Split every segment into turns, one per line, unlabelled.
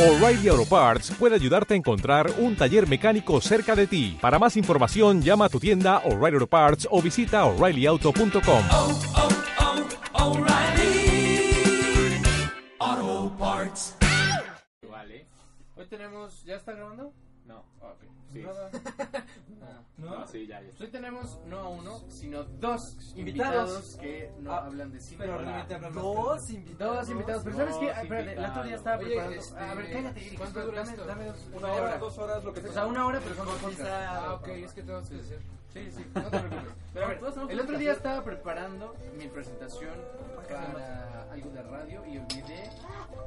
O'Reilly Auto Parts puede ayudarte a encontrar un taller mecánico cerca de ti. Para más información, llama a tu tienda O'Reilly Auto Parts o visita oreillyauto.com.
Oh, O'Reilly Auto Parts.
Igual, ¿eh? Hoy tenemos. ¿Ya está grabando? No. Ok. Sí. no.
No.
sí, ya, ya. Hoy tenemos no a uno, sino dos invitados, que no
Ah,
hablan de cine.
Pero
Hola.
realmente hablan más
Dos
personas.
invitados.
Dos invitados, pero Dos ¿sabes qué? Ah, Espérate, la invitados. otra día estaba
Oye,
preparando.
este,
A ver, cállate, Eric.
¿cuánto dura
dame,
esto?
dame dos,
Una hora, dos horas, lo que sea.
O sea, Pues una hora, pero son dos
Cotiza.
podcasts.
Ah, ok,
es que tenemos que decir. Sí, sí,
no te preocupes.
Pero a ver,
Todos tenemos
el otro
que
día
hacer.
estaba preparando mi presentación para algo de radio y olvidé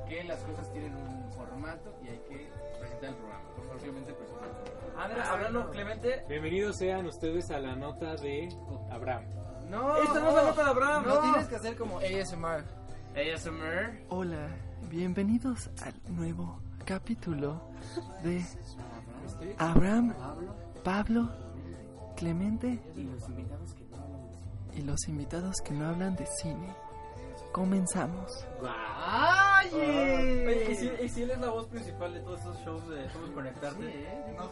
que las cosas tienen un formato y hay que presentar el programa. Por favor, Clemente, presenta el programa.
Ah, mira, hablando Clemente.
Bienvenidos sean ustedes a la nota de Abraham.
No,
Esta no es la nota de Abraham.
No.
Lo tienes que hacer como ASMR.
ASMR.
Hola, bienvenidos al nuevo capítulo de Abraham, Pablo, Clemente y los invitados que no hablan de cine. Comenzamos.
¡Ay!
Oye, ¿y si, y si él es la voz principal de todos esos shows de Somos Conectarte.
No,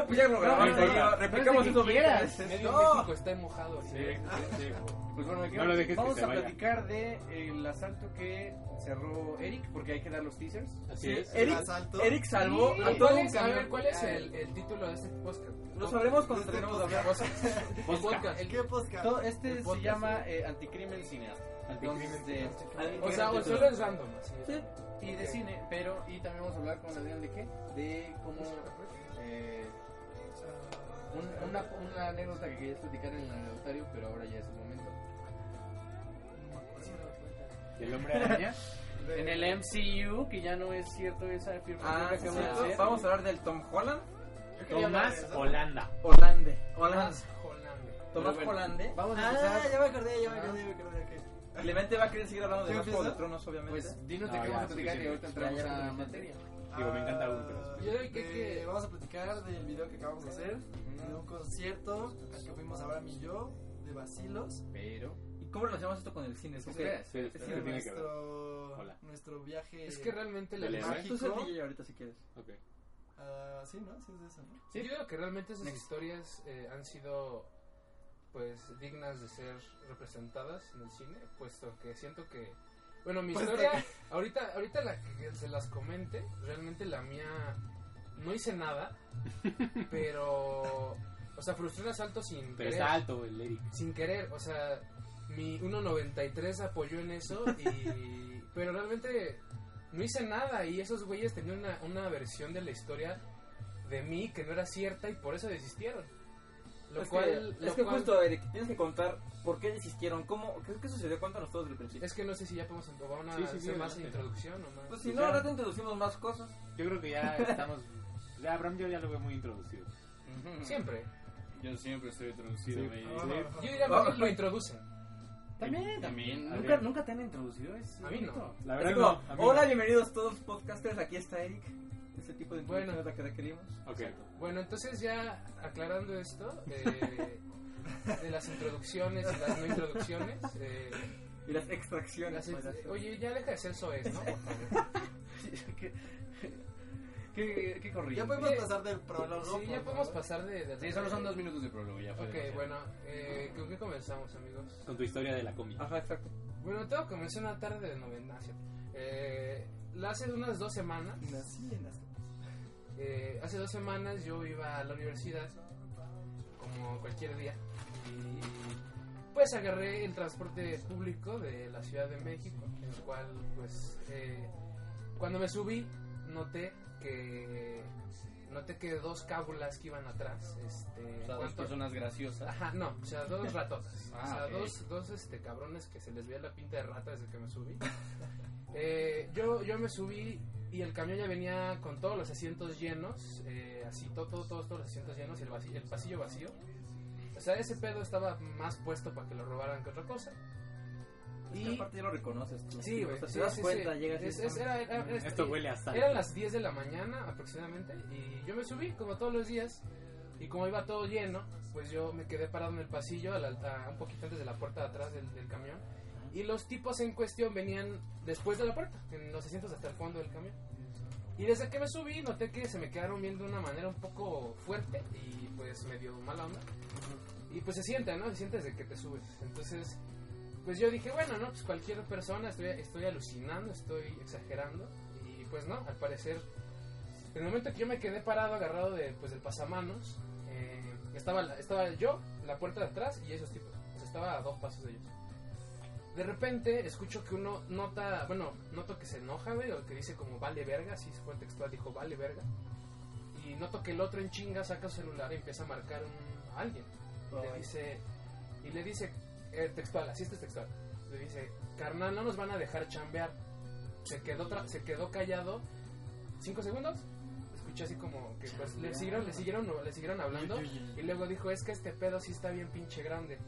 No, pues ya lo grabamos.
no, no,
ya,
no,
replicamos
no es
esto
de que quieras.
Medio
No.
México está enmojado. ahorita.
Pues bueno, ¿de qué
No lo dejes que
vamos
se
a
vaya.
platicar de el asalto que cerró Eric, porque hay que dar los teasers.
Así es.
Eric,
Asalto.
Eric salvó
Sí.
a todo
¿Cuál
un
es? A
camión.
ver, ¿cuál es el-
título de este podcast? Lo sabremos cuando terminemos de hablar.
Podcast.
¿El qué podcast?
Todo este se
podcast,
llama eh, anticrimen cineasta.
Anticrimen
Entonces,
O sea, o solo es random. Sí.
de- y de cine, pero y también vamos a hablar con Adrián de qué, de cómo eh, un- una, una anécdota que querías platicar en el anecdotario, pero ahora ya es el momento.
El hombre araña.
En el MCU, que ya no es cierto esa afirmación
Ah,
que
sí,
acabo de
cierto.
hacer.
Vamos a hablar del Tom Holland.
Tomás Holanda.
Holande. Holland. Tomás
Pero bueno,
Holande.
Vamos a
Ah,
empezar.
ya me acordé, ya me acordé, ya me acordé. ok.
Clemente va a querer seguir hablando de
¿Yo
los Juegos de
empiezo?
Tronos, obviamente.
Pues dinos de
No,
qué
ya,
vamos a platicar y
suficiente.
ahorita entramos
Ya, ya,
a
ya.
materia.
Digo, me encanta uno, pero-
Yo creo que, que Eh, vamos a platicar del video que acabamos de hacer, de un concierto al que fuimos Abraham y yo, de Basilos,
Pero.
¿Y cómo relacionamos esto con el cine? ¿Es
Espera,
que
Sí, es-
Sí,
es
de
que tiene que ver.
nuestro,
Hola.
nuestro viaje.
Es que realmente
¿Del
la
héroe?
imagen-
Tú eres el DJ ahorita si quieres.
Ok.
Ah, sí, ¿no? Sí, es de eso, ¿no?
Yo digo que realmente esas historias eh, han sido pues dignas de ser representadas en el cine, puesto que siento que bueno, mi
Puesto
historia ahorita ahorita la que se las comente, realmente la mía no hice nada, pero o sea, frustré un asalto sin
Pero
querer,
está alto el Eric.
sin querer, o sea, mi 1.93 apoyó en eso y pero realmente no hice nada y esos güeyes tenían una, una versión de la historia de mí que no era cierta y por eso desistieron. Lo
es
cual,
que,
lo
es que
cual-
justo, Eric, tienes que contar por qué desistieron, cómo, qué, qué sucedió, cuéntanos todos del principio.
es que no sé si ya podemos o van a
Sí, sí, sí,
hacer más
adelante.
introducción o más.
Pues
Sí,
si no,
claro.
ahora te introducimos más cosas.
Yo creo que ya estamos. Ya, Abraham, yo ya lo veo muy introducido.
Siempre.
Yo siempre estoy traducido, güey.
Yo diría más bien lo introducen.
También, también.
Adrián.
¿Nunca, nunca te han introducido. Es
A mí no.
bonito.
La
Así
verdad,
como,
no. a mí
hola,
no.
bienvenidos todos podcasters, aquí está Eric. Ese tipo de
Bueno.
bueno. es la que requerimos.
Ok.
Bueno, entonces ya aclarando esto, eh, de las introducciones y las no introducciones, eh,
Y las extracciones.
las- oye, ya deja de ser soez, ¿no? Por favor.
¿Qué, qué, qué corriente.
Ya podemos pasar del prólogo.
Sí, ya
por
podemos
favor.
pasar de... de-
Sí, solo son dos minutos de prólogo, ya fue.
Ok,
demasiado.
bueno, eh, ¿con qué comenzamos, amigos?
Con tu historia de la comida.
Ajá, exacto.
Bueno, todo comenzó una tarde de novena, ¿no? Eh, la- hace unas dos semanas,
Nací en las-
eh, hace dos semanas yo iba a la universidad, como cualquier día, y pues agarré el transporte público de la Ciudad de México, en el cual, pues, eh, cuando me subí, noté que... Noté que dos cábulas que iban atrás,
Ah,
este...
O sea, dos
¿cuánto?
personas graciosas.
Ajá, no, o sea, dos ratotas.
Ah,
o sea,
ok.
dos, dos este, cabrones que se les veía la pinta de rata desde que me subí. Eh, yo, yo me subí y el camión ya venía con todos los asientos llenos, eh, así, todo, todo, todos, todos los asientos llenos y el, vaci- el pasillo vacío. O sea, ese pedo estaba más puesto para que lo robaran que otra cosa.
Y
Y-
aparte ya lo reconoces tú.
Sí,
O
güey.
sea,
sí,
te das
sí,
cuenta,
sí.
llegas y
Es-
dices, "Mm,
es- era- era- este, era-
Esto huele a sal.
eran las 10 de la mañana aproximadamente y yo me subí como todos los días y como iba todo lleno, pues yo me quedé parado en el pasillo a la- a- un poquito antes de la puerta de atrás del, del camión Y los tipos en cuestión venían después de la puerta, en los asientos hasta el fondo del camión. Y desde que me subí noté que se me quedaron viendo de una manera un poco fuerte y pues medio mala onda. Y pues se sienta, ¿no? Se siente desde que te subes. Entonces, pues yo dije, bueno, ¿no? Pues cualquier persona, estoy, estoy alucinando, estoy exagerando. Y pues no, al parecer, en el momento que yo me quedé parado agarrado de, pues, del pasamanos, eh, estaba, la- estaba yo, la puerta de atrás y esos tipos. O sea, estaba a dos pasos de ellos. De repente escucho que uno nota, bueno, noto que se enoja, güey, o que dice como vale verga, si fue textual, dijo vale verga. Y noto que el otro en chinga saca su celular y empieza a marcar un- a alguien. Y le dice, y le dice, eh, textual, así este es textual. Le dice, carnal, no nos van a dejar chambear. Se quedó, tra- se quedó callado cinco segundos. Escuché así como que pues le siguieron, le siguieron, le siguieron hablando. Y luego dijo, es que este pedo sí está bien pinche grande.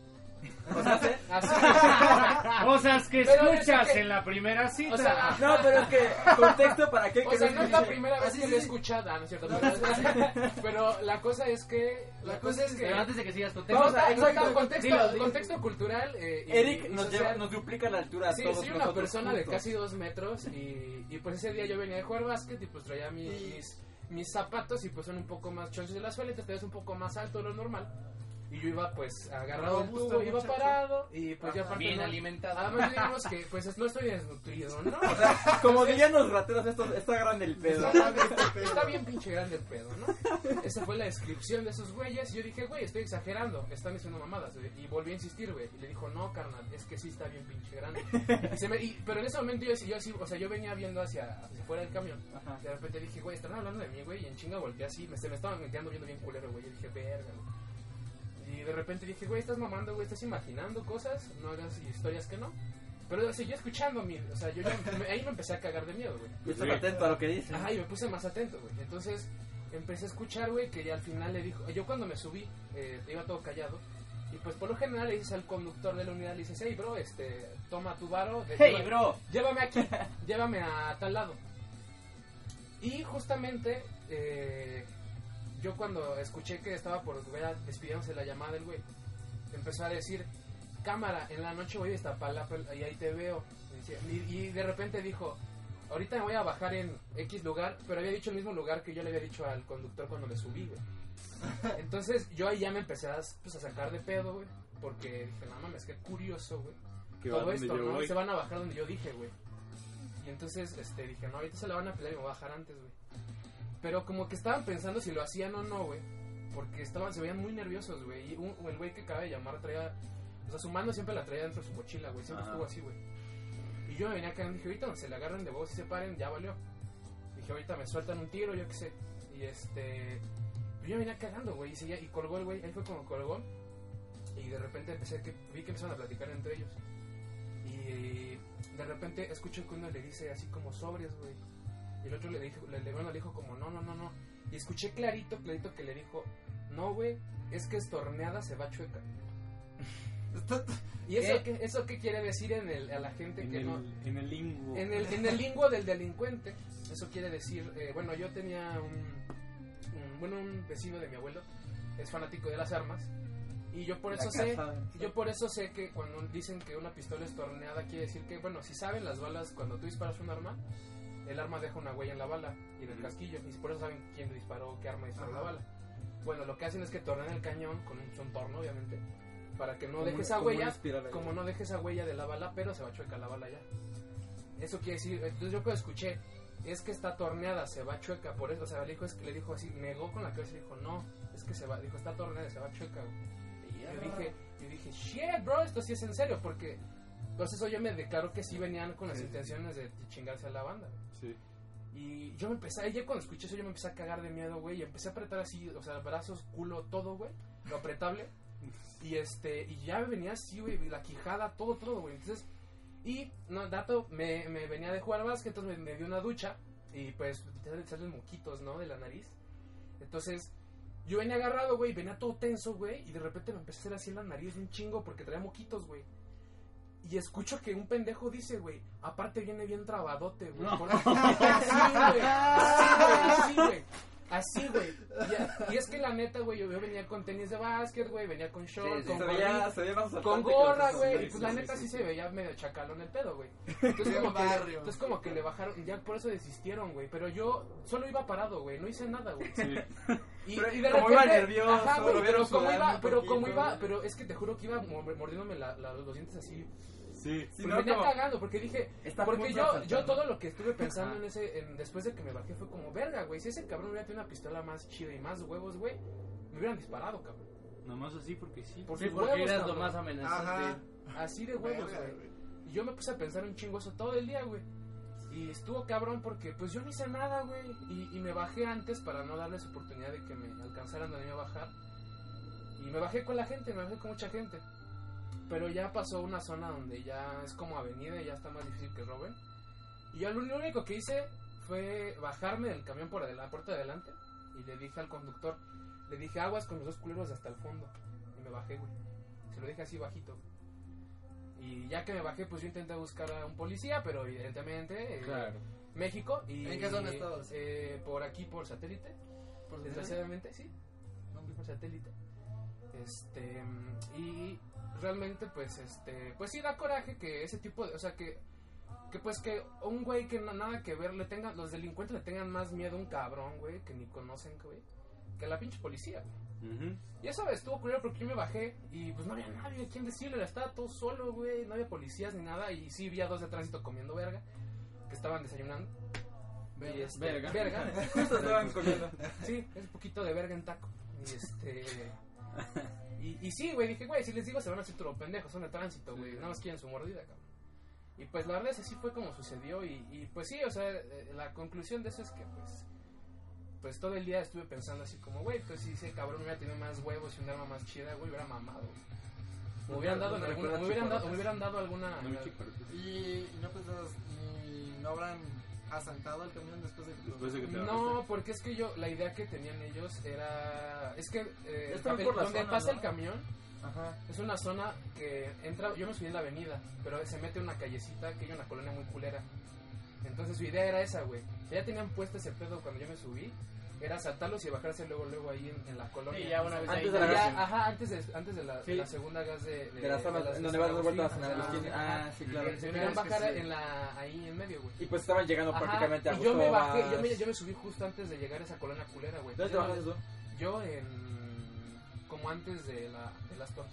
O sea, así.
Cosas que
Pero es
escuchas
que-
en la primera cita.
O sea,
"Ah". No, pero es que, contexto para qué.
O sea, no es la primera vez
Así
que
sí.
lo he escuchado. Ah, no es cierto. Pero, pero la cosa es que. La cosa es que.
Pero antes de que sigas contento.
No,
Vamos a-
exacto,
exacto,
contexto,
dilo, dilo.
contexto cultural. Eh, y-
Eric
y
nos,
social.
lleva, nos duplica la altura a
Sí,
todos
soy una
nosotros
persona de
juntos.
casi dos metros y, y pues ese día yo venía de jugar básquet y pues traía mi-
Y-
mis, mis zapatos y pues son un poco más chonchos de la suela, entonces te ves un poco más alto de lo normal. Y yo iba pues agarrado del
Robusto,
tubo, iba
muchacho.
parado y pues ya
Ajá.
aparte
Bien
no- Ah,
alimentado.
Además digamos que pues no estoy desnutrido, ¿no?
O sea, Ah, como dirían los rateros, esto, está grande el pedo.
Está bien pinche grande el pedo, ¿no? Esa fue la descripción de esos güeyes. Y yo dije, güey, estoy exagerando. Están diciendo mamadas. güey. Y volví a insistir, güey. Y le dijo, no, carnal, es que sí está bien pinche grande. Y se me- y- pero en ese momento yo, sí- yo sí, o sea, yo venía viendo hacia, hacia fuera del camión.
Ajá.
De repente dije, güey, están hablando de mí, güey. Y en chinga volteé así. Me, se me estaban quedando viendo bien culero, güey. Yo dije, verga, güey. Y de repente dije, güey, estás mamando, güey, estás imaginando cosas, no hagas historias que no. Pero seguí escuchando, mi, o sea, yo ya, ahí me empecé a cagar de miedo, güey.
Y estás atento a lo que dice.
Ajá, y me puse más atento, güey. Entonces empecé a escuchar, güey, que ya al final le dijo. Yo cuando me subí, eh, iba todo callado. Y pues por lo general le dices al conductor de la unidad, le dices, hey, bro, este, toma tu varo. de-
Hey,
lleva-
bro.
Llévame aquí, llévame a tal lado. Y justamente, eh, yo cuando escuché que estaba por era- despidiéndose la llamada del güey, empezó a decir, cámara, en la noche voy a Iztapalapa y ahí te veo. Y decía- Y, y de repente dijo, ahorita me voy a bajar en X lugar, pero había dicho el mismo lugar que yo le había dicho al conductor cuando me subí, güey. Entonces yo ahí ya me empecé a, pues, a sacar de pedo, güey, porque dije, no mames, qué curioso, güey todo esto, ¿no? Se van a bajar donde yo dije, güey. Y entonces este, dije, no, ahorita se la van a pelear y me voy a bajar antes, güey. Pero como que estaban pensando si lo hacían o no, güey. Porque estaban, se veían muy nerviosos, güey. Y un- el güey que acaba de llamar traía... O sea, su mano siempre la traía dentro de su mochila, güey. Siempre
Ajá.
estuvo así, güey. Y yo me venía acá y dije, ahorita donde se la agarran de vos y se paren, ya valió. Dije, ahorita me sueltan un tiro, yo qué sé. Y este... pero Yo me venía cagando, güey. Y, seguía- y colgó el güey. Ahí fue cuando colgó. Y de repente empecé que, vi que empezaron a platicar entre ellos. Y de repente escucho que uno le dice así como sobres, güey. Y el otro le dijo, le, le- bueno, le dijo como no, no, no, no. Y escuché clarito, clarito que le dijo, no, güey, es que estorneada se va chueca. ¿Y eso qué, eso qué quiere decir en el, a la gente
en,
que
el,
no?
en el lingo.
En el, en el lingo del delincuente, eso quiere decir, eh, bueno, yo tenía un, un- bueno, un vecino de mi abuelo, es fanático de las armas, y yo por eso sé, yo por eso sé que cuando dicen que una pistola es torneada, quiere decir que, bueno, si saben las balas, cuando tú disparas un arma, el arma deja una huella en la bala y en el casquillo, y por eso saben quién disparó, qué arma disparó la bala. Bueno, lo que hacen es que tornean el cañón con un contorno, obviamente, para que no deje esa huella, como no deje esa huella de la bala, pero se va chueca la bala ya. Eso quiere decir, entonces yo cuando escuché, es que está torneada, se va chueca, por eso, o sea, le dijo, es que le dijo así, negó con la cabeza y dijo, no, es que se va, dijo, está torneada, se va chueca, güey. Y yo dije, yo dije, shit, bro, esto sí es en serio, porque, entonces eso yo me declaró que sí venían con las intenciones de chingarse a la banda, güey.
Sí.
Y yo me empecé, ya cuando escuché eso, yo me empecé a cagar de miedo, güey. Y empecé a apretar así, o sea, brazos, culo, todo, güey. Lo apretable. Y este, y ya me venía así, güey, la quijada, todo, todo, güey. Entonces, y, no, dato, me, me venía de jugar básquet, entonces me, me di una ducha. Y pues, te salen- salen moquitos, ¿no? De la nariz. Entonces, yo venía agarrado, güey, venía todo tenso, güey. Y de repente me empecé a hacer así en la nariz un chingo porque traía moquitos, güey. Y escucho que un pendejo dice, güey, aparte viene bien trabadote, güey. Por- Así, güey. Así, güey. Así, güey. Así, güey. Y, a- Y es que la neta, güey, yo yo venía con tenis de básquet, güey, venía con short,
Sí, sí,
con
Se
gorrita,
veía, se veía más
con
asaltante que
gorra,
los
güey. Y
otros.
pues la neta sí se veía medio chacalón el pedo, güey. Entonces, como que,
Barrio.
entonces como que le bajaron, ya por eso desistieron, güey. Pero yo solo iba parado, güey, no hice nada, güey. Y,
Pero
y de
como
repente,
iba nervioso,
ajá, güey,
lo
pero
vieron
como
sudando
iba,
un
pero como
poquito.
iba, pero es que te juro que iba mor- mordiéndome la- la- los dientes así.
Sí, sí,
Pero
no,
venía
como-
cagando porque dije,
Está a
porque
punto
yo,
de asaltar,
yo
¿no?
todo lo que estuve pensando en ese, en- después de que me bajé fue como, verga, güey, si ese cabrón hubiera tenido una pistola más chida y más huevos, güey, me hubieran disparado, cabrón.
Nomás así porque sí.
Por
Por
sus
porque
huevos,
eras lo
cabrón.
más amenazante.
Ajá.
Así de huevos,
Verga,
güey. Y yo me puse a pensar un chingo eso todo el día, güey. Y estuvo cabrón porque pues yo no hice nada, güey. Y, y me bajé antes para no darles oportunidad de que me alcanzaran donde me iba a bajar. Y me bajé con la gente, me bajé con mucha gente. Pero ya pasó una zona donde ya es como avenida y ya está más difícil que roben. Y yo lo único que hice fue bajarme del camión por adela- la puerta de adelante y le dije al conductor, le dije aguas con los dos culeros hasta el fondo. Y me bajé, güey. Se lo dije así bajito. Y ya que me bajé, pues yo intenté buscar a un policía, pero evidentemente... eh, México y...
¿En qué zona estabas?
eh, por aquí, por satélite.
Por
Desgraciadamente, sí. No fui por satélite. Este. mm, Y realmente, pues, este. Pues sí da coraje que ese tipo de. O sea, que. Que pues que un güey que no, nada que ver le tenga. Los delincuentes le tengan más miedo a un cabrón, güey, que ni conocen, güey. Que a la pinche policía, güey. Y eso estuvo culero porque yo me bajé y pues no había nadie a quien decirle, estaba todo solo, güey, no había policías ni nada y sí vi a dos de tránsito comiendo verga, que estaban desayunando. Y este,
Verga.
Verga.
Justo estaban comiendo.
Sí, es un poquito de verga en taco. Y este. Y, y sí, güey, dije, güey, si les digo se van a hacer turo pendejos, son de tránsito, güey. Nada más quieren su mordida, cabrón. Y pues la verdad es que así fue como sucedió. Y, y, pues sí, o sea, eh, la conclusión de eso es que pues. Pues todo el día estuve pensando así como, güey, pues si ese cabrón hubiera tenido más huevos y un arma más chida, güey, hubiera mamado. Me hubieran dado, en alguna- me hubieran dado, me hubieran dado alguna.
pues,
Y, y no pensabas, y no habrán asaltado el camión después de que
Después de que te
No, porque es que yo, la idea que tenían ellos era. Es que eh,
Está
el-
por la
donde
zona,
pasa
¿no?
el camión
Ajá.
es una zona que entra. Yo me subí en la avenida, pero se mete una callecita que hay una colonia muy culera. Entonces su idea era esa, güey. Ya tenían puesto ese pedo cuando yo me subí. Era saltarlos y bajarse luego, luego ahí en, en la colonia.
Sí, ya una vez
Antes
ahí.
de la
Ya,
gas.
ajá, antes de, antes de la,
Sí.
la segunda gas de,
De las zonas en donde vas a dar vueltas en la esquina. Ah, sí, claro.
Se querían bajar en la, ahí en medio, güey.
Y pues estaban llegando
Ajá,
prácticamente a
y yo me
Gustavo
bajé, yo me,
Vaz.
yo me subí justo antes de llegar a esa colonia culera, güey.
¿Dónde te bajaste tú?
Yo en... como antes de, la, de las torres.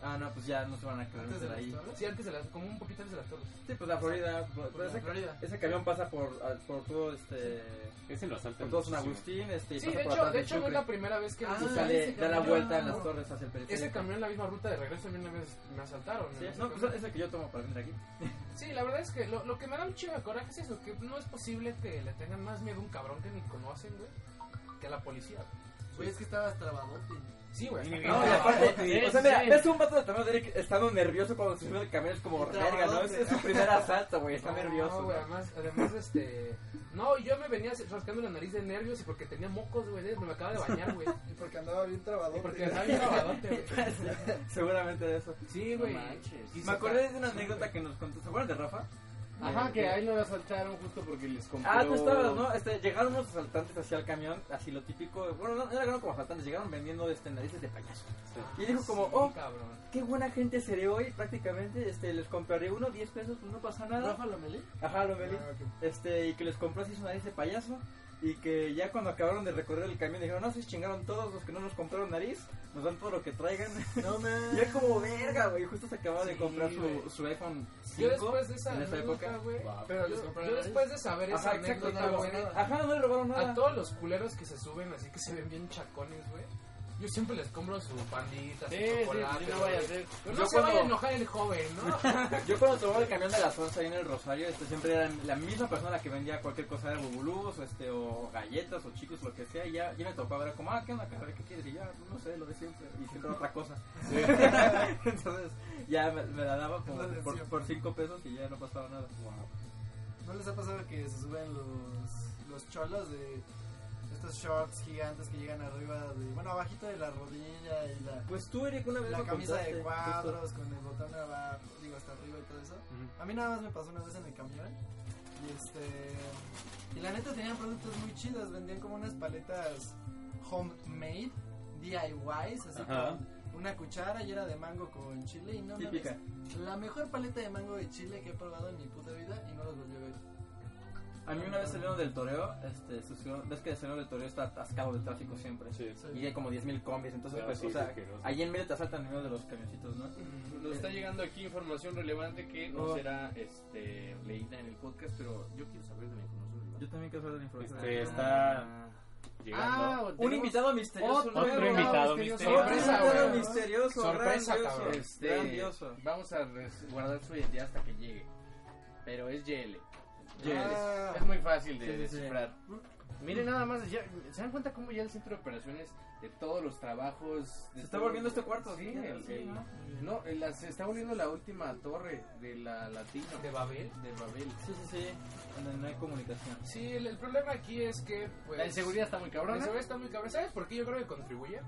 Ah, no, pues ya no se van a querer
Antes de
meter
las
ahí.
torres.
Sí, antes de las... como un poquito antes de las torres.
Sí, pues la Florida. pues,
Por
ese,
la Florida.
ese camión pasa por, a- por todo este.
Ese lo asalta.
Por todo San
muchísimo.
Agustín. Este, y
Sí,
pasa
de
por
hecho,
atrás
de
del
hecho no es
Sucre.
la primera vez que...
Ah,
Y
ese
sale,
camión-
da la vuelta en
no.
las torres hacia el periférico.
Ese camión, la misma ruta de regreso, a mí una vez me asaltaron.
Sí,
en ese
no,
camión.
pues es el que yo tomo para venir aquí.
eh, Sí, la verdad es que lo, lo que me da un chido de coraje es eso, que no es posible que le tengan más miedo a un cabrón que ni conocen, güey, que a la policía. güey.
Güey, es que estabas trabadote.
Sí, güey. hasta-
No, y aparte,
Sí,
o sea, mira,
sí.
ves un vato de Tamayo Derek estando nervioso cuando se sube el camión, es como,
Puta
verga, ¿no?
madre.
Ese es su primer asalto, güey, está
No,
nervioso.
güey,
güey.
además, además, este. No, yo me venía rascando la nariz de nervios y porque tenía mocos, güey. Me acaba de bañar, güey.
Y porque andaba bien trabadote.
Porque estaba bien lavadote, güey.
Seguramente de eso.
Sí, güey.
manches.
Y
Me
se-
acordé de una anécdota que nos contó, ¿se acuerdan de Rafa?
Ajá, que ahí lo asaltaron justo porque les compró.
Ah, tú estabas, ¿no? Este, llegaron unos asaltantes hacia el camión, así lo típico. Bueno, no, no llegaron como asaltantes, llegaron vendiendo este, narices de payaso. Y dijo como,
Sí,
oh,
cabrón.
qué buena gente seré hoy, prácticamente, este, les compraré uno, 10 pesos, pues no pasa nada.
Rafa Lomelí.
Ajá, lo vendí.
Ah,
Este, y que les compró así su nariz de payaso. Y que ya cuando acabaron de recorrer el camión dijeron, no, se chingaron todos los que no nos compraron nariz, nos dan todo lo que traigan.
No
y
me.
es como verga, güey, justo se acaba de
Sí,
comprar
güey.
su, su iPhone 5
Yo después de esa
en esa
anécdota,
época.
güey.
Pero les
Yo,
compraron
yo
nariz.
después de saber esa
Ajá, exacto,
anécdota,
como-
güey.
Ajá, no le robaron
A
nada.
todos los culeros que se suben, así que se ven bien chacones, güey. Yo siempre les compro su pandita, su
Sí, sí, sí,
chocolate.
no
güey.
vaya a ser.
Pero no
Yo
se
cuando-
vaya a enojar el joven, ¿no?
Yo cuando tomaba el camión de las 11 ahí en el Rosario, este, siempre era la misma persona la que vendía cualquier cosa, era bubulubos, este, o galletas, o chicos, lo que sea, y ya, ya me tocaba ver como, ah, ¿qué onda, cabrón? ¿Qué quieres? Y ya, pues, no sé, lo de siempre, y siempre otra cosa. Entonces, ya me, me la daba como
Entonces,
por,
sí.
por 5 pesos y ya no pasaba nada.
¿No les ha pasado que se suben los, los cholos de estos shorts gigantes que llegan arriba de. Bueno, abajito de la rodilla y la.
Pues tú, Eric, una vez
La
me
camisa de
contaste, justo.
cuadros con el botón abajo, digo hasta arriba y todo eso. A mí nada más me pasó una vez en el camión. Y este. Y la neta tenían productos muy chidos, vendían como unas paletas homemade, DIYs, así
Ajá.
con una cuchara y era de mango con chile y no mames,
Típica.
La mejor paleta de mango de chile que he probado en mi puta vida y no los volví a ver.
A mí una vez saliendo del toreo, este, sucedió- ves que saliendo del toreo está atascado de tráfico siempre.
Sí.
Sí.
Y hay como 10.000 combis, entonces
Ah,
pues,
sí,
o
es
sea,
asqueroso.
ahí en medio te asaltan en medio de los camioncitos, ¿no?
Nos está llegando aquí información relevante que no
Oh.
será este, leída en el podcast, pero yo quiero saber de la información relevante.
Yo también quiero saber de la información.
Este, está llegando.
Ah,
Un
tenemos-
invitado misterioso.
Otro
nuevo.
Otro invitado
misterioso.
Otro
misterioso.
Sorpresa,
invitado
güey.
misterioso.
Sorpresa,
grandioso,
cabrón. Este,
Grandioso.
Vamos a res- guardar su identidad hasta que llegue. Pero es YL.
Yes.
Ah.
Es muy fácil de
Sí, sí, sí.
descifrar.
Mm.
Miren nada más, ya- ¿se dan cuenta cómo ya el centro de operaciones de todos los trabajos... de
Se está
todo-
volviendo este cuarto.
Sí,
fíjate,
el-
sí,
el-
¿no?
no, la- se está volviendo la última torre de la latina.
¿De Babel?
De Babel.
Sí, sí, sí. Donde no hay comunicación.
Sí, el, el problema aquí es que, pues...
La inseguridad está muy
La
cabrona.
inseguridad está muy cabrón. ¿Sabes por qué yo creo que contribuye?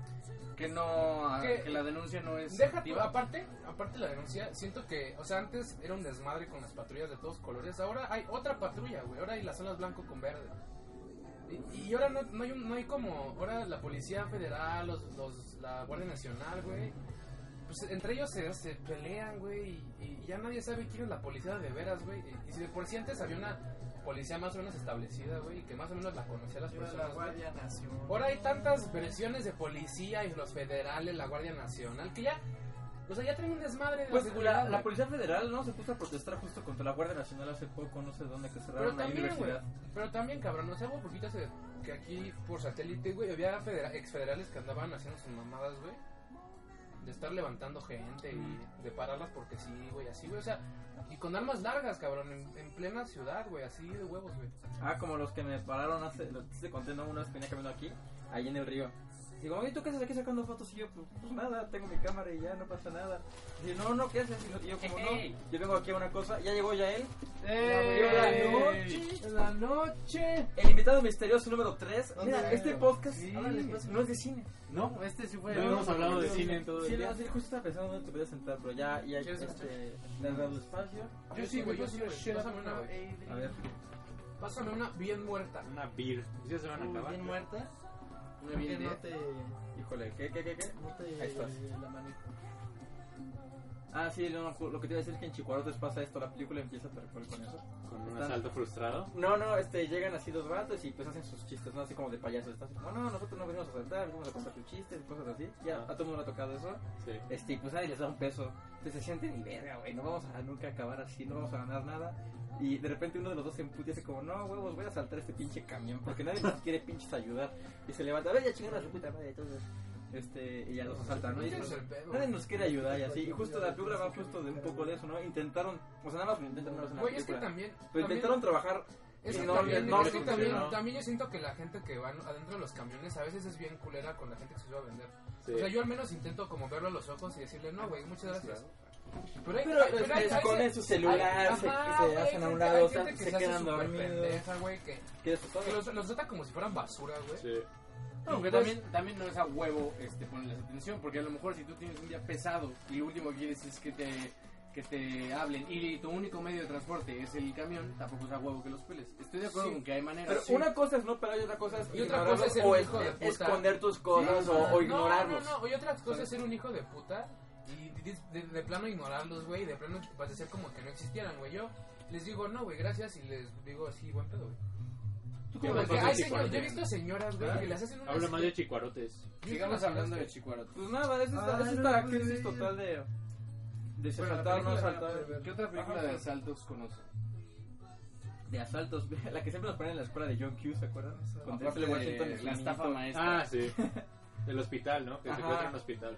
Que no,
¿Qué?
que la denuncia no es
Deja tú,
activa.
Pues, aparte, aparte la denuncia, siento que, o sea, antes era un desmadre con las patrullas de todos colores, ahora hay otra patrulla, güey, ahora hay las zonas blanco con verde. Y, y ahora no, no, hay, un- no hay como, ahora la Policía Federal, los, los- la Guardia Nacional, güey, pues entre ellos se, se pelean, güey, y, y ya nadie sabe quién es la policía de veras, güey. Y, y si de por sí antes había una policía más o menos establecida, güey, y que más o menos la conocía las
Era la
personas, güey.
Guardia Nacional.
Ahora hay tantas versiones de policía y los federales, la Guardia Nacional, que ya. O sea, ya traen un desmadre de la
Pues
seguridad.
la, la
güey.
Policía Federal no se puso a protestar justo contra la Guardia Nacional hace poco, no sé dónde, que
pero
cerraron la
también, güey.
universidad.
Pero también, cabrón, o sea, hubo poquito hace que aquí por satélite, güey, había federa- exfederales que andaban haciendo sus mamadas, güey. De estar levantando gente
Mm.
y de pararlas porque sí, güey, así, güey. O sea, y con armas largas, cabrón, en, en plena ciudad, güey, así de huevos, güey.
Ah, como los que me pararon hace, lo que te conté, ¿no? Una vez que venía caminando aquí, ahí en el río. Digo, oye, ¿tú qué haces aquí sacando fotos? Y yo, pues, pues nada, tengo mi cámara y ya, no pasa nada. Dice, no, no, ¿qué haces? Y yo- Y yo, como no, yo vengo aquí a una cosa, ya llegó ya él.
¡Ey! La noche.
El invitado misterioso número 3. Mira,
Hombre,
este podcast
sí.
ahora les paso, no es de cine.
No, este sí fue.
No hemos hablado de cine en todo
Sí,
el
no,
día.
sí, justo estaba pensando dónde te podías sentar, pero ya, ya,
¿Quieres
este, le han dado espacio.
Yo sí, güey, yo sí,
güey. Pásame una, güey.
A ver,
Pásame una bien muerta.
Una beer.
Ya se van a acabar.
Bien muerta.
Muy
Que
bien,
no
¿eh?
te,
híjole, ¿qué, qué, qué, qué?
no te
Ahí estás.
la manejo.
Ah, sí, no, lo que te iba a decir es que en Chicuarotes pasa esto, la película empieza tal cual con eso.
Con un
Están-
asalto frustrado.
No, no, este, llegan así dos vatos y pues hacen sus chistes, ¿no? Así como de payasos. Están así como, no, nosotros no venimos a saltar, venimos a contar sus chistes y cosas así. Ya a todo el mundo le ha tocado eso.
Sí.
Este, y pues nadie les da un peso. Entonces se sienten y verga, güey, no vamos a nunca acabar así, no vamos a ganar nada. Y de repente uno de los dos se emputa y dice como, no, huevos, voy a saltar este pinche camión porque nadie nos quiere pinches ayudar. Y se levanta, a ver, ya chingan a su puta madre, entonces. Este, y ya los asaltan, ¿no? Y
Ese es
pues,
el pedo,
Nadie nos quiere ayudar y así. Y justo la película va justo de un poco de eso, ¿no? Intentaron, o sea, nada más lo intentan una vez en la
Güey, es que
película.
también.
Pero
también-
intentaron trabajar
Es que
No,
también,
no
es que
funcionó.
también, también yo siento que la gente que va adentro de los camiones a veces es bien culera con la gente que se va a vender.
Sí.
O sea, yo al menos intento como verlo a los ojos y decirle, no, güey, muchas gracias. Pero hay
Pero
hay- pero hay-
es-
hay-
esconden su celular,
hay-
se,
ajá,
se
güey,
hacen a un
gente-
lado,
hay
o sea,
gente que
se,
hace
quedan
súper
dormidos.
pendeja, güey, que,
¿Quieres que
que
todo?
los, los trata como si fueran basura, güey.
Sí.
No, que
Entonces-
también, también no es a huevo este, ponerles atención, porque a lo mejor si tú tienes un día pesado y lo último que quieres es que te, que te hablen y tu único medio de transporte es el camión, tampoco es a huevo que los peles. Estoy de acuerdo
Sí.
con que hay maneras.
Pero
sí.
una cosa es no pelar y otra cosa es
Y otra
ignorarlos
cosa es ser
o
un
es-
hijo de puta.
esconder tus cosas o, o
No,
ignorarlos.
No, no, Y otra cosa es ser un hijo de puta y de, de- de plano ignorarlos, güey, y de plano parecer como que no existieran, güey. Yo les digo, no, güey, gracias y les digo, sí, buen pedo, güey.
Ya
Porque
pasó el
hay señor- yo he
Chicuarotes.
visto señoras, güey, que las hacen unas
Habla más de chicuarotes.
Sigamos hablando de Chicuarote.
Pues nada, es
Ah,
esta,
Ay,
es
no,
esta
pues,
crisis
sí.
total de... De si
Bueno, la
asaltar o no
película-
asaltar.
¿Qué otra película
Ajá.
de asaltos conoces?
De asaltos, la que siempre nos ponen en la escuela de John Q, ¿se acuerdan? Con Denzel
Aparte
Washington
de
y su
la estafa
niñito.
maestra.
Ah, sí. El hospital, ¿no? Que
Ajá.
se encuentra en un hospital.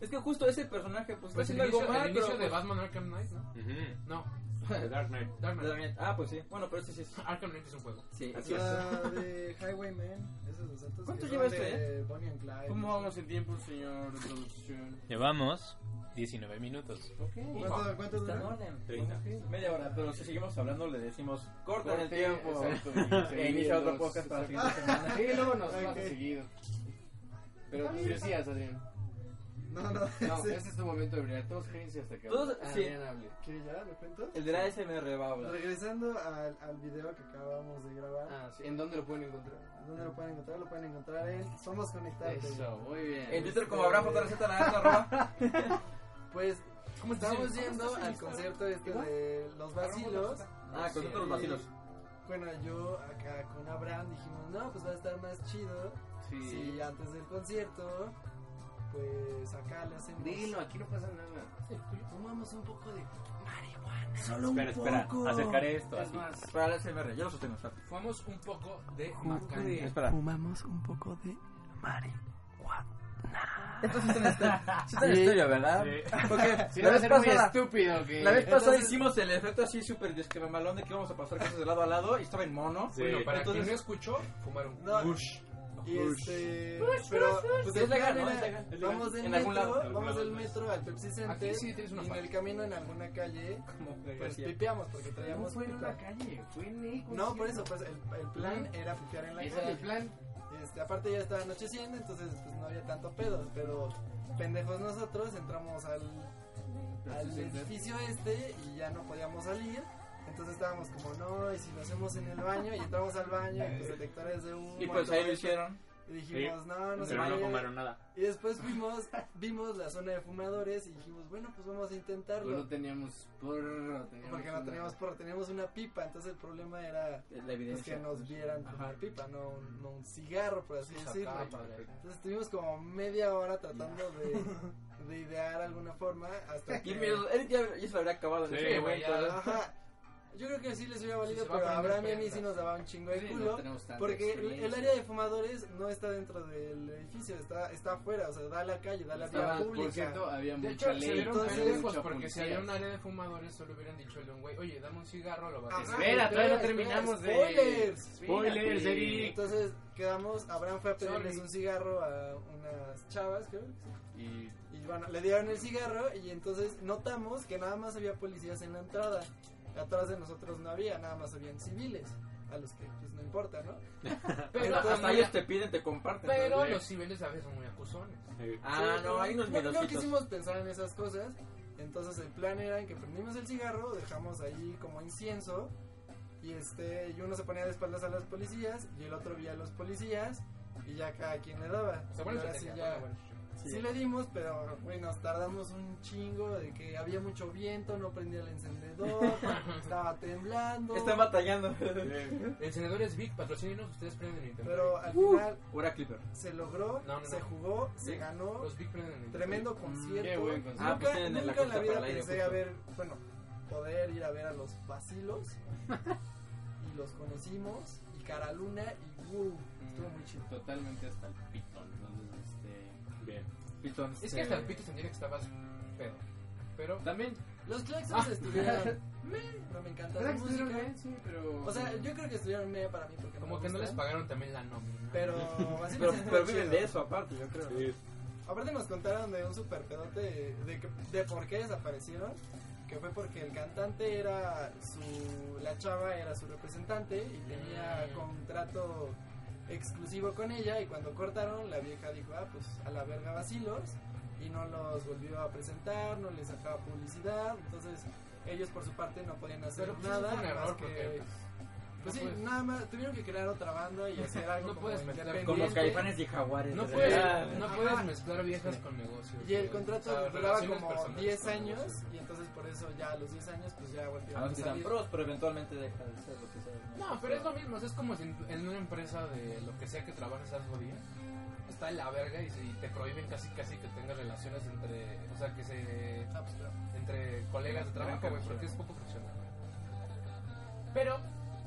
Es que justo ese personaje, pues,
Pues
está
el
haciendo
inicio,
algo mal,
el inicio
pero,
de
pues,
Batman Arkham Knight, ¿no?
Ujú.
No,
The Dark Knight.
Dark Knight.
También. Ah, pues sí. Bueno, pero este sí es...
Arkham Knight es un juego.
Sí, así es.
La de Highwayman, esos asaltos.
¿Cuánto
que
lleva este, eh?
son
esto,
de Bonnie and Clyde.
¿Cómo vamos en tiempo, señor producción?
Llevamos 19 minutos.
¿Cuánto, cuánto
Está
dura?
enorme.
Treinta.
Media hora, pero si seguimos hablando le decimos corta el
Corte,
tiempo.
exacto, y
E inicia otro
seguidos,
podcast para la
exacto.
siguiente semana.
Sí, luego nos
Ok.
pasa seguido. Pero tú decías, Adrián.
No, no,
No,
ese-
este es tu momento de brillar. Todos cállense hasta que
Todos-
Adrián
sí.
hable.
¿Qué ya? ¿Lo cuento?
Ah, El de la SMR va a hablar.
Regresando al, al video que acabamos de grabar,
Ah, sí. ¿En dónde lo pueden encontrar?
¿dónde lo pueden encontrar? Lo pueden encontrar en Somos Conectados.
Eso, muy bien.
En Twitter como Abraham JRZ la alta, arroba.
Pues estamos
estás
yendo
en
al
Instagram?
concierto este de los vacilos.
Ah, con otros vacilos.
Bueno, yo acá con Abraham dijimos, no, pues va a estar más chido
Sí.
si antes del concierto, pues acá le hacemos...
Dilo, aquí no pasa nada. Fumamos un poco de marihuana.
Solo
Espera,
un
espera,
poco.
acercaré esto así.
más.
Para la SMR, yo lo sostengo, espera.
Fumamos un poco de macán.
Espera.
Fumamos un poco de marihuana.
Entonces está en estéreo. Sí está en estéreo, ¿verdad? Porque la vez pasada...
estúpido que...
La vez pasada
Entonces,
hicimos el efecto así súper discremalón de que íbamos a pasar cosas de lado a lado y estaba en mono.
Sí.
Bueno, para
Entonces-
quien no escuchó, fumaron.
No,
Bush.
y este... pero, pues
Es
el
legal,
plan
¿no? Es
era,
legal.
Vamos del
En algún lado. pues.
metro,
algún
vamos
lado
del
es
metro al Pepsi Center
Aquí sí tienes una
y en
faja.
el camino en alguna calle,
Como que
pues
decía.
pipeamos porque
No
traíamos
fue en
pipa.
una calle, fue en el
No,
concierto.
por eso, pues el, el plan era pipear en la
Ese era el
calle.
plan.
Este, aparte ya estaba anocheciendo, entonces pues no había tanto pedo, pero pendejos nosotros entramos al, al edificio este y ya no podíamos salir. Entonces estábamos como, no, y si lo hacemos en el baño, y entramos al baño, y pues detectores de humo.
Eh. Y pues ahí lo hicieron.
Y dijimos, no, no se
Pero no
vale".
fumaron nada.
Y después fuimos, vimos la zona de fumadores y dijimos, bueno, pues vamos a
Pero no
intentarlo.
teníamos porro, teníamos
Porque no
una-
teníamos porro, teníamos una pipa, entonces el problema era
La
pues, que
evidencia.
nos vieran fumar pipa, no un, no un cigarro, por así decirlo.
Ah, padre.
Entonces estuvimos como media hora tratando de, de idear alguna forma hasta
Y
que...
me- él ya, ya se lo habría acabado. en
Sí,
ese
güey, ya.
momento.
Ajá. Yo creo que sí les hubiera valido,
Sí, se va
pero
a
a
aprender
Abraham y a mí sí
prendas.
nos daba un chingo de
Sí, no
culo.
tenemos tanta
Porque el, el
experiencia.
área de fumadores no está dentro del edificio, está, está afuera, o sea, da a la calle, da a la vía
Estaba, por cierto,
pública.
había
De
mucha
hecho, se
ley.
vieron
entonces-
pendejos
mucha
porque si
policía.
había un área de fumadores, solo hubieran dicho el güey, oye, dame un cigarro, lo vas a
Ajá,
hacer.
Espera, todavía no
espera,
terminamos de-
spoilers.
Spoilers, Eric.
Entonces quedamos, Abraham fue a pedirles
Sorry.
un cigarro a unas chavas, creo.
Y
Y bueno, le dieron el cigarro y entonces notamos que nada más había policías en la entrada. Atrás de nosotros no había, nada más habían civiles, a los que pues no importa, ¿no?
Pero,
Hasta ellos te piden, te comparten.
pero
¿no?
los civiles a veces son muy acusones.
Ah, no, hay unos
Bueno, no
miedositos.
quisimos pensar en esas cosas. Entonces el plan era en que prendimos el cigarro, dejamos ahí como incienso y este y uno se ponía de espaldas a las policías y el otro vía a los policías y ya cada quien le daba.
O sea,
Y
bueno,
ahora sí ya- Sí. le dimos, pero bueno, nos tardamos un chingo de que había mucho viento, no prendía el encendedor, estaba temblando.
Están batallando.
El senador es Big, patrocínenos, ustedes prenden internet.
Pero al final
Hora Clipper.
se logró,
Uh. No, no,
se
no.
jugó, se
Sí.
ganó.
Los Big prenden internet.
Tremendo
qué
concierto.
buen concierto.
Ah, pues
Nunca,
tienen la
nunca en la
cuenta
vida
para el aire,
pensé
justo.
a ver, bueno, poder ir a ver a los vacilos. y los conocimos. Y Cara Luna y wow, estuvo muy chido.
totalmente hasta el pito. Entonces, este.
Bien.
Pitón.
Es
este,
que hasta el pito sentía que estabas pedo. Pero,
También.
Los Claxons estuvieron. meh, no me encanta la música.
Sí, pero.
O sea, yo creo que estuvieron media para mí porque
como
me
que no les
gustan,
pagaron también la nómina.
Pero así
Pero,
me sentí
pero
muy
viven
chido.
de eso, aparte, yo creo.
Sí.
Aparte nos contaron de un super pedote de, de, que- de por qué desaparecieron. Que fue porque el cantante era su... La chava era su representante y tenía
Mm.
contrato exclusivo con ella y cuando cortaron la vieja dijo, ah, pues a la verga vacilos y no los volvió a presentar, no les sacaba publicidad, entonces ellos por su parte no podían hacer
Pero, pues, eso
nada.
fue un error,
más que-
porque,
pues
no
sí,
puedes.
nada más, tuvieron que crear otra banda y hacer algo
No
como
puedes meter-
independiente.
Como caifanes y jaguares.
No
de
puedes,
verdad. Ah,
no
Ajá.
puedes mezclar viejas con negocios.
Y el
güey.
contrato
O sea,
duraba
Ah, relaciones
como
personales
10
con
años
negocios. Ah,
y entonces por eso ya a los 10 años pues ya
A
volvieron a
los que eran
salir.
pros, pero eventualmente deja de ser lo que sea.
No, pero es lo mismo, o sea, es como si en, en una empresa de lo que sea que trabajes algo día, está en la verga y, si te prohíben casi casi que tengas relaciones entre, o sea, que se,
Ah, pues, claro.
entre colegas de trabajo, güey, porque es poco profesional. güey. Pero,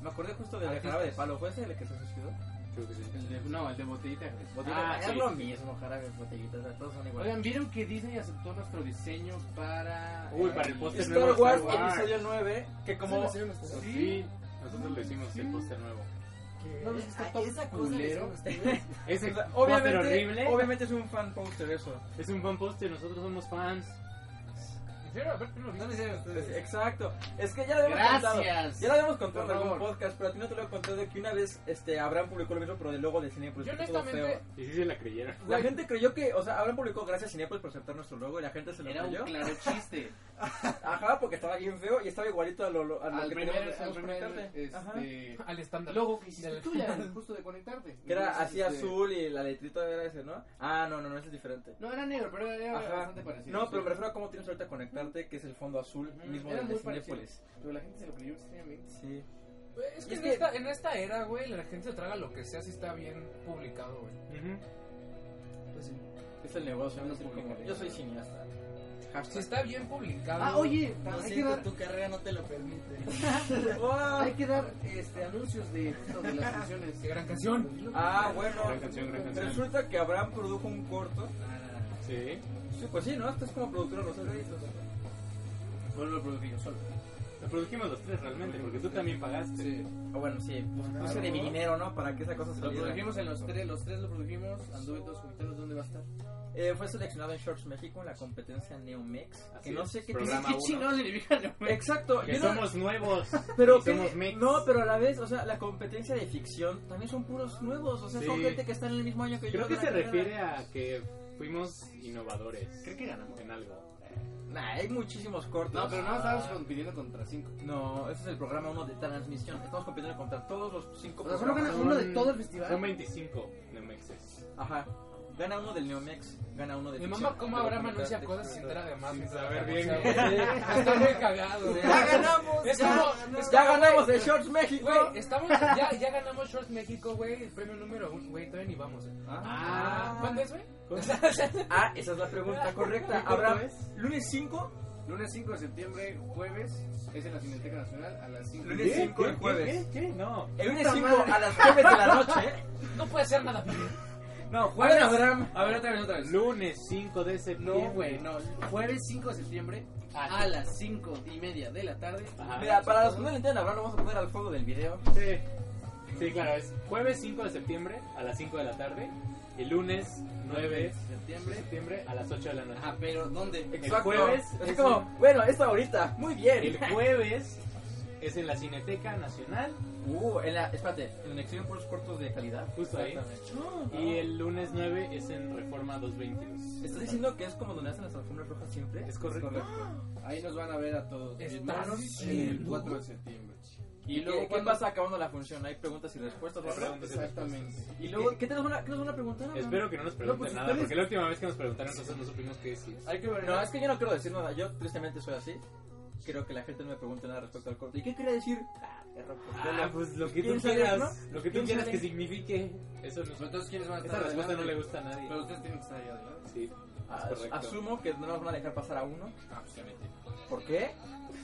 Me acordé justo de la jarabe de palo. ¿Fue ese el que se suicidó?
El de- no, el de botellita.
Botellita-
Ah,
es
sí.
lo mismo, jarabe, botellitas, o sea, todos son iguales.
Oigan, ¿vieron que Disney aceptó nuestro diseño para.
eh,
Uy, para el póster nuevo.
Star Wars,
Star Wars.
episodio 9, que como...
Sí, lo hicieron ustedes.
Sí, nosotros le hicimos el póster nuevo.
¿Qué?
¿No les gusta
Eh, Ay,
todo
esa cosa
culero?
le hicieron ustedes?
Ese
o sea,
póster
obviamente,
horrible.
obviamente es un fan poster eso.
Es un fan póster, nosotros somos fans.
Prefiero haber primero
No lo hicieron
Pues,
ustedes.
exacto. Es que ya lo habíamos
Gracias.
contado. Ya lo habíamos contado en
Por
algún
favor.
podcast, pero a ti no te lo he contado de que una vez este, Abraham publicó lo mismo, pero del logo de Cinepolis.
Yo
que estuvo
honestamente-
feo.
Y sí se la creyeron.
La gente creyó que, o sea, Abraham publicó gracias Cinepolis por aceptar nuestro logo y la gente se lo
Era un
creyó.
claro chiste.
Ajá, porque estaba bien feo y estaba igualito a lo, lo- a lo
Al
que
primer,
teníamos
al primer
conectarte. Ajá.
este,
al estándar.
logo que hiciste
Del-
tú ya, justo de conectarte.
Que era
Entonces,
así
este,
azul y la letrita era ese, ¿no? Ah, no, no, no, ese es diferente.
No, era negro, pero era
Ajá.
bastante parecido.
No, pero me
sí.
refiero a cómo tienes ahorita conectarte, que es el fondo azul
Ujú,
mismo
era
del de
muy parecido.
Cinépolis.
Pero la gente se lo creyó extremadamente.
Sí.
Güey, Es
Y
que,
es
en,
que-
Esta, en esta era, güey, la gente se traga lo que sea si está bien publicado, güey.
Es el negocio,
No
es el
publica.
como- Yo soy cineasta.
Si
Hashtag.
está bien publicado.
Ah, oye,
Lo
hay que
siento,
dar,
tu carrera no te lo permite.
¡Wow!
hay que dar este, anuncios de, de las canciones.
Qué gran canción.
Ah, bueno.
Gran canción, gran canción.
Resulta que Abraham produjo un corto.
Sí.
Sí, pues sí, ¿no? Esto es como productor de los créditos.
Bueno, lo produje yo solo. Lo produjimos los tres realmente, porque tú también pagaste.
Sí.
Ah, bueno, sí. pues, Puse de mi dinero, ¿no? Para que esa cosa
Lo
saliera.
produjimos en los tres, los tres lo produjimos. Anduve dos comentarios, ¿dónde va a estar?
Eh, fue seleccionado en Shorts México en la competencia Neomex.
Así
Que no
es,
sé qué
programa
tiene-
uno.
significa no?
Exacto,
Que
yo no-
somos nuevos.
pero
y somos
que-
mex.
no, pero a la vez, o sea, la competencia de ficción también son puros nuevos, o sea, son
Sí.
gente que está en el mismo año que yo.
Creo que
de
se
la carrera.
refiere a que fuimos innovadores. Creo que ganamos en algo.
Nah, hay muchísimos cortos.
No, pero no estábamos compitiendo contra cinco.
No, este es el programa 1 de transmisión. Estamos compitiendo contra todos los 5
O sea, solo gana uno de todo el festival.
Son 25 Neomexes.
Ajá. Gana uno del Neomex, gana uno de
Mi
ficción.
mamá, ¿cómo
Pero
Abraham
como
anuncia
tal,
cosas
te-
sin entera de más?
Sin
mientras
saber
la
bien.
anuncia, güey? Está muy cagado. güey.
Ya
ganamos!
Es
ya,
como- es
Ya ganamos de Shorts México.
Güey, estamos, ya, ya ganamos Shorts México, güey, el premio número uno, güey, todavía ni vamos. eh.
Ah,
¿Cuándo es, güey?
ah, esa es la pregunta correcta. Abraham, lunes 5,
Lunes 5 de septiembre, jueves, es en la Cineteca Nacional a las 5.
lunes 5 el jueves.
¿Qué? ¿Qué? No.
El lunes 5 a las 9 de la noche.
No puede ser nada.
No, jueves. Abraham.
A ver, otra vez, otra vez.
Lunes 5 de septiembre. Ah,
No, güey, no. Jueves 5 de septiembre a las 5 y media de la tarde.
Ajá.
Mira, para los que no le entiendan, Abraham, lo vamos a poner al fondo del video.
Sí. Sí, claro, es jueves 5 de septiembre a las 5 de la tarde y lunes 9 de
septiembre.
septiembre a las 8 de la noche.
Ah, pero ¿dónde?
Exacto.
jueves
Es
es
como,
un-
bueno, esto ahorita. Muy bien.
El jueves es en la Cineteca Nacional
Uh, en la, espérate, en la exhiben puros cortos de calidad.
Justo ahí.
Exactamente.
y el lunes 9 es en Reforma 222.
¿Estás diciendo que es como donde hacen las alfombras rojas siempre?
Es correcto.
Ahí nos van a ver a todos.
Estás
hermanos el 4 de septiembre.
¿Y luego qué pasa acabando la función? Hay preguntas y respuestas,
Hay
¿verdad?
preguntas y respuestas.
Exactamente.
Y luego, ¿qué te nos van a, qué nos van a preguntar? Abraham?
Espero que no nos pregunten
No, pues,
nada,
ustedes-
porque la última vez que nos preguntaron entonces no supimos qué decir.
Hay que ver.
No, es que yo no quiero decir nada. Yo tristemente soy así. Quiero que la gente no me pregunte nada respecto al corto. ¿Y qué quería decir? Ah, perro, pues,
Ah,
velo.
pues lo que tú
¿Quién sabe,
quieras,
no?
lo que tú
¿Quién
quieras
sabe?
que signifique. Eso no es-
Entonces, ¿quiénes van a estar?
Esa respuesta no
adelante?
le gusta a nadie.
Pero ustedes tienen que estar ahí adelante.
Sí,
Ah,
es correcto.
Asumo que no nos van a dejar pasar a uno.
Ah, pues se mete.
¿Por qué?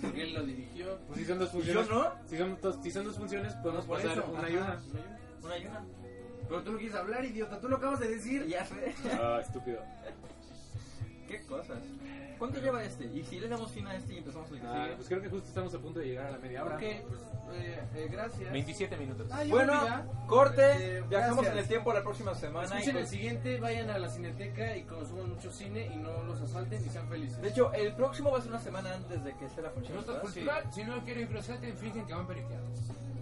Porque él lo dirigió.
Pues si son dos
Yo
funciones,
no.
si son dos, si son dos funciones podemos
Por
pasar
eso.
una
Ajá,
y una.
Una y una.
Pero tú no quieres hablar, idiota. Tú lo acabas de decir.
Ya sé.
Ah, estúpido.
¿Qué cosas? ¿Cuánto lleva este? Y si le damos fin a este y empezamos el que
Ah,
sigue?
pues creo que justo estamos a punto de llegar a la media hora.
Ok, pues eh, eh, gracias.
27 minutos.
Ah, yo
Bueno,
creo que ya.
corte.
Este,
Viajamos
gracias.
en el tiempo la próxima semana. y
Escuchen el
pues-
siguiente, vayan a la cineteca y consuman mucho cine y no los asalten y sean felices.
De hecho, el próximo va a ser una semana antes de que esté la función.
No está
¿verdad?
cultural, si no quieren cruzarte, fingen que van periqueados.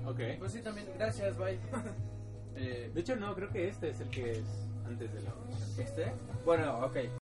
Ok. De
Pues sí, también, gracias, bye. eh,
hecho, no, creo que este es el que es antes de la función.
¿Este? Bueno, ok.